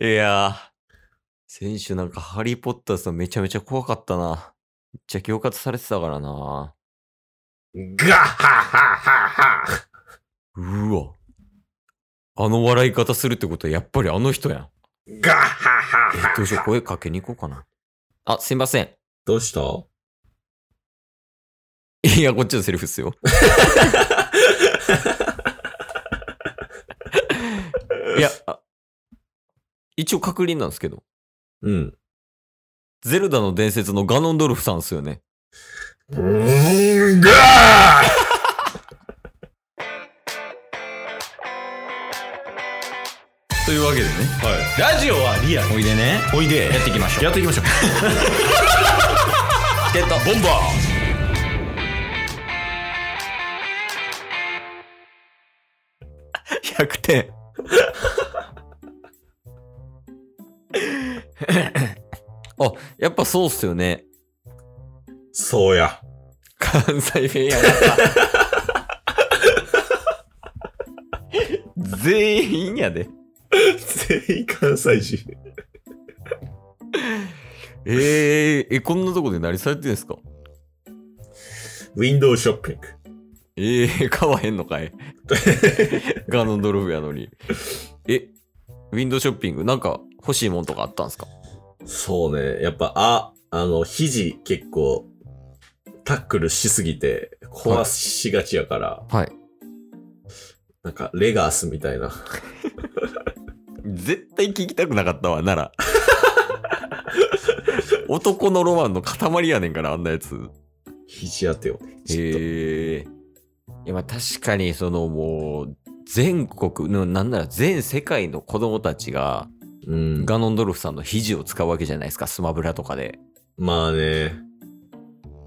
いやー、選手なんかハリーポッターさんめちゃめちゃ怖かったな。めっちゃ恐喝されてたからな。ガッハッハッハッハうわ。あの笑い方するってことはやっぱりあの人やん。ガッハッハッハどうしッよう、ハ声かけに行こうかな。あ、すいません。どうしたいや、こっちのセリフっすよ。 いや、あ一応確認なんですけど、うん。ゼルダの伝説のガノンドルフさんっすよね。うーんガーというわけでね、ラジオはリアおいでねおいでやっていきましょうやってい きましょうゲットボンバ100点。 あ、やっぱそうっすよね。そうや。関西弁 やな。全員やで。全員関西人。えー、え、こんなとこで何されてんですかウィンドウショッピング。ええー、買わへんのか い。ガノンドルフやのに。え、ウィンドウショッピング、なんか欲しいもんとかあったんですかそうね。やっぱ、あ、あの、肘結構、タックルしすぎて、壊しがちやから、はい。なんか、レガースみたいな。絶対聞きたくなかったわ、なら。 男のロマンの塊やねんから、あんなやつ。肘当てを。へえ。いや、まあ確かに、そのもう、全国の、なんなら全世界の子供たちが、うん。ガノンドルフさんの肘を使うわけじゃないですか、スマブラとかで。まあね、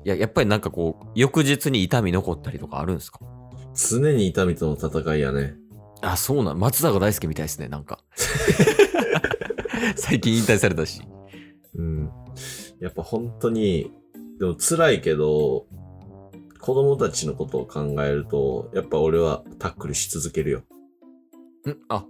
いや、やっぱりなんかこう、翌日に痛み残ったりとかあるんですか常に痛みとの戦いやね。あ、そうなん、松坂大輔みたいですね、なん か。最近引退されたし。うん。やっぱ本当に、でも辛いけど、子供たちのことを考えると、やっぱ俺はタックルし続けるよ。んあ、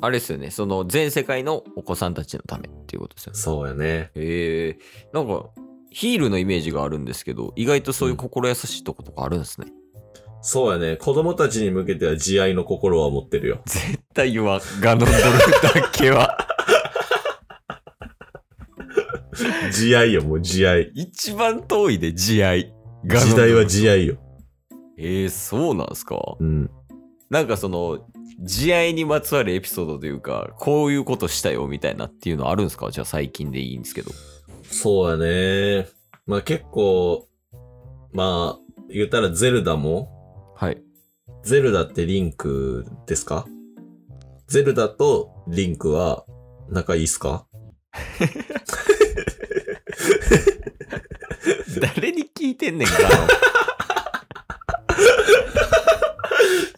あれですよね、その全世界のお子さんたちのためっていうことですよね。そうやね。へえ、なんか、ヒールのイメージがあるんですけど、意外とそういう心優しいとことかあるんですね。そうやね。子供たちに向けては慈愛の心は持ってるよ。絶対はガノンドルフだけは慈愛よ、もう慈愛。 一番遠いで慈愛ガノンドル時代フは慈愛よ。えー、そうなんですかうん。なんかその慈愛にまつわるエピソードというかこういうことしたよみたいなっていうのあるんですかじゃあ最近でいいんですけどそうやね。まあ結構、まあ、言ったらゼルダも、はいゼルダってリンクですかゼルダとリンクは仲いいっすか 誰に聞いてんねんか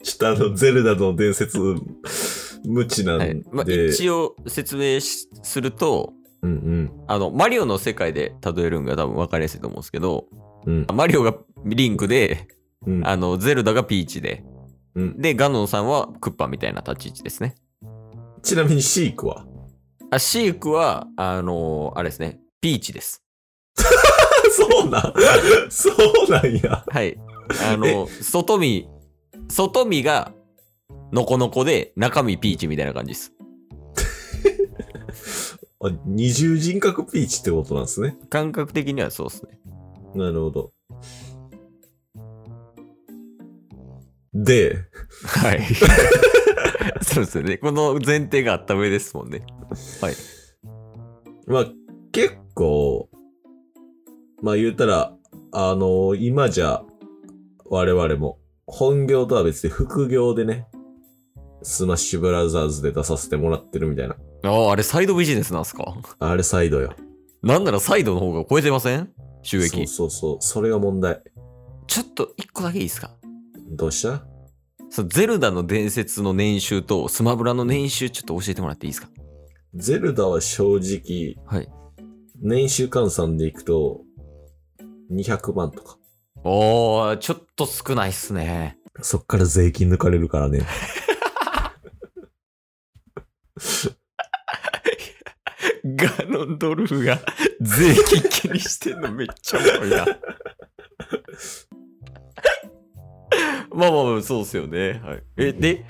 ちょっとあの、ゼルダの伝説、無知なんで。 はいまあ、一応説明しするとうんうん。あのマリオの世界で例えるんが多分分かりやすいと思うんですけどうん。マリオがリンクでうん。あのゼルダがピーチでうんでガノンさんはクッパみたいな立ち位置ですねちなみにシークは あシークはあのあれですねピーチですそうなん そうなんや。はい。あの、外見、外見が、のこのこで、中身ピーチみたいな感じです。あ二重人格ピーチってことなんですね。感覚的にはそうですね。なるほど。で、 はい。そうですよね。この前提があった上ですもんね。まあ、結構、まあ言うたら、あの今じゃ、我々も、本業とは別で副業でね、スマッシュブラザーズで出させてもらってるみたいな。ああ、あれサイドビジネスなんすかあれサイドよ。なんならサイドの方が超えてません収そう益。そうそう。それが問題。ちょっと一個だけいいですかどうしたそのゼルダの伝説の年収とスマブラの年収ちょっと教えてもらっていいですかゼルダは正直、はい。年収換算でいくと、200万とか。おー、ちょっと少ないっすね。そっから 税金抜かれるからね。ガノンドルフが税金気にしてんのめっちゃおもろいな。まあまあまあ、そうっすよね。はい、え、で、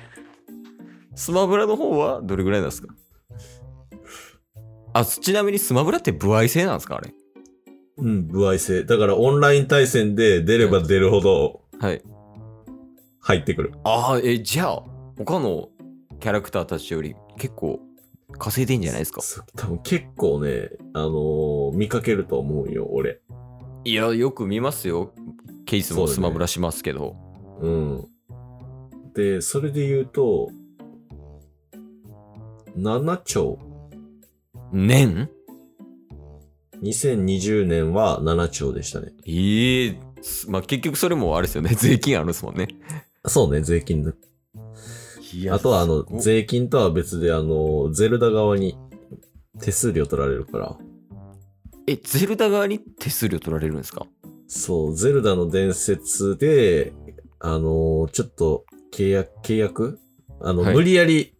スマブラの方はどれぐらいなんですかあ、ちなみにスマブラって歩合制なんですかあれ。うん、不愛制。だからオンライン対戦で出れば出るほどはい。入ってくる。ああ、え、じゃあ、他のキャラクターたちより結構稼いでんじゃないですかそう多分結構ね、あのー見かけると思うよ、俺。いや、よく見ますよ。ケースもスマブラしますけど。うん。で、それで言うと、7兆。年2020年は7兆でしたね。ええすまあ、結局それもあれですよね。 税金あるんですもんね。そうね、税金だ。あとは、あの、税税金とは別で、あの、ゼルダ側に手数料取られるから。え、ゼルダ側に手数料取られるんですかそう、ゼルダの伝説で、あのーちょっと契約、契約あの、はい無理やり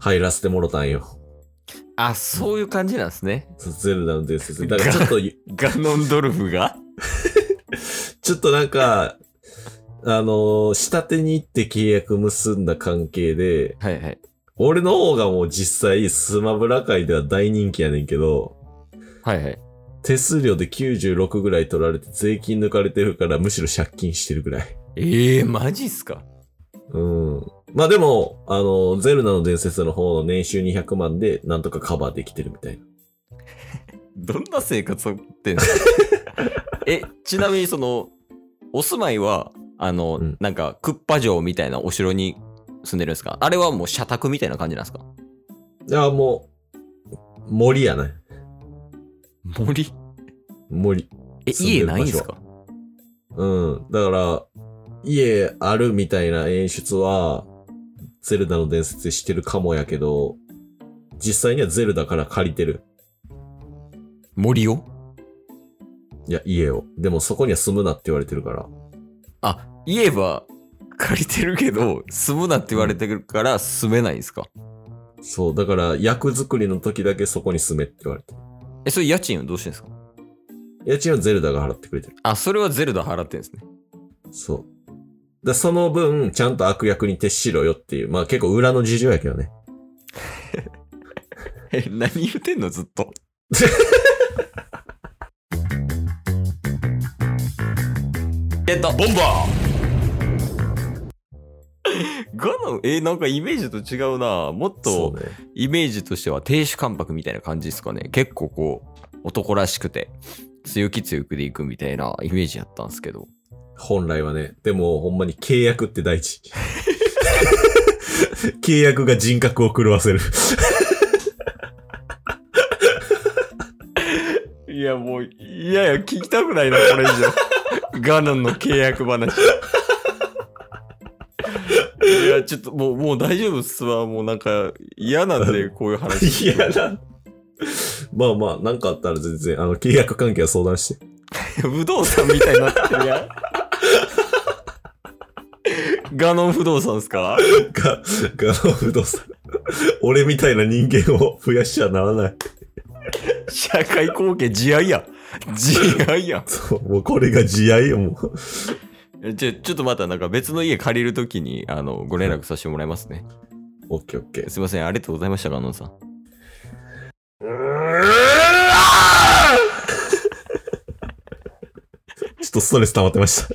入らせてもろたんよ。あ、そういう感じなんですね。そうゼルダの伝説。だからちょっと、 ガノンドルフがちょっとなんか、あのー下手に行って契約結んだ関係で、はいはい。俺の方がもう実際スマブラ界では大人気やねんけど、はいはい。手数料で96ぐらい取られて税金抜かれてるからむしろ借金してるぐらい。ええマジっすかうん。まあでも、あの、ゼルダの伝説の方の年収200万でなんとかカバーできてるみたいな。どんな生活を送ってん のえ、ちなみにその、お住まいは、あの、うんなんか、クッパ城みたいなお城に住んでるんですかあれはもう社宅みたいな感じなんですかいや、もう、森やね。森森。え、住んで家るないんですかうん。だから、家あるみたいな演出は、ゼルダの伝説でしてるかもやけど、実際にはゼルダから借りてる。森をいや、家を。でもそこには住むなって言われてるから。あ、言えば借りてるけど、住むなって言われてるから住めないんですか、そう。だから、役作りの時だけそこに住めって言われてる。え、それ家賃はどうしてんですか家賃はゼルダが払ってくれてる。あ、それはゼルダ払ってんですね。そう。で、その分、ちゃんと悪役に徹しろよっていう、まあ結構裏の事情やけどね。え、何言ってんのずっ と。えっと、ボンバガノ、え、なんかイメージと違うな。もっそとうね。イメージとしては亭主関白みたいな感じですかね。結構こう、男らしくて、強気強くでいくみたいなイメージやったんですけど。本来はね。でも、ほんまに契約って大事。 契約が人格を狂わせる。いや、もう、いやいや、聞きたくないな、これ以 上。ガノンの契約話。いや、ちょっともう、もう大丈夫っすわ。もうなんか、嫌なんで、こういう話。 いやな。まあまあ、なんかあったら全然、あの、契約関係は相談して。不動産みたいになってるやん。ガノン不動産っすかが、が、不動産。俺みたいな人間を増やしちゃならない。社会貢献慈愛や。慈愛や。そう、もうこれが慈愛よ、もう。えちょ、ちょっとまたなんか別の家借りるときに、あの、ご連絡させてもらいますね。オッケーオッケー。すいません、ありがとうございました、ガノンさん。ちょっとストレス溜まってました。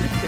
す